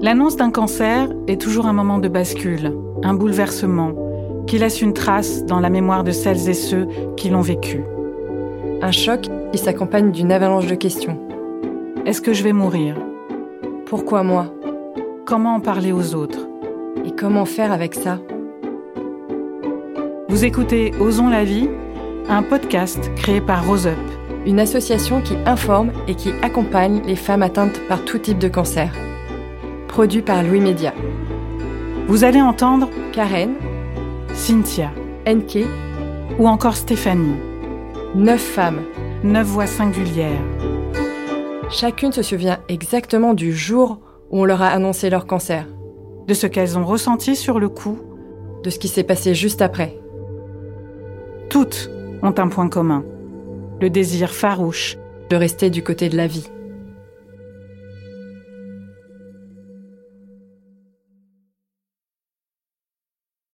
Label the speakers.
Speaker 1: L'annonce d'un cancer est toujours un moment de bascule, un bouleversement, qui laisse une trace dans la mémoire de celles et ceux qui l'ont vécu.
Speaker 2: Un choc qui s'accompagne d'une avalanche de questions.
Speaker 1: Est-ce que je vais mourir
Speaker 2: Pourquoi moi
Speaker 1: Comment en parler aux autres
Speaker 2: Et comment faire avec ça
Speaker 1: Vous écoutez Osons la vie, un podcast créé par Rose Up.
Speaker 2: Une association qui informe et qui accompagne les femmes atteintes par tout type de cancer. Produit par Louis Média.
Speaker 1: Vous allez entendre
Speaker 2: Karen,
Speaker 1: Cynthia
Speaker 2: NK,
Speaker 1: ou encore Stéphanie,
Speaker 2: neuf femmes.
Speaker 1: neuf voix singulières.
Speaker 2: Chacune se souvient exactement du jour où on leur a annoncé leur cancer,
Speaker 1: de ce qu'elles ont ressenti sur le coup,
Speaker 2: de ce qui s'est passé juste après.
Speaker 1: toutes ont un point commun, le désir farouche
Speaker 2: De rester du côté de la vie.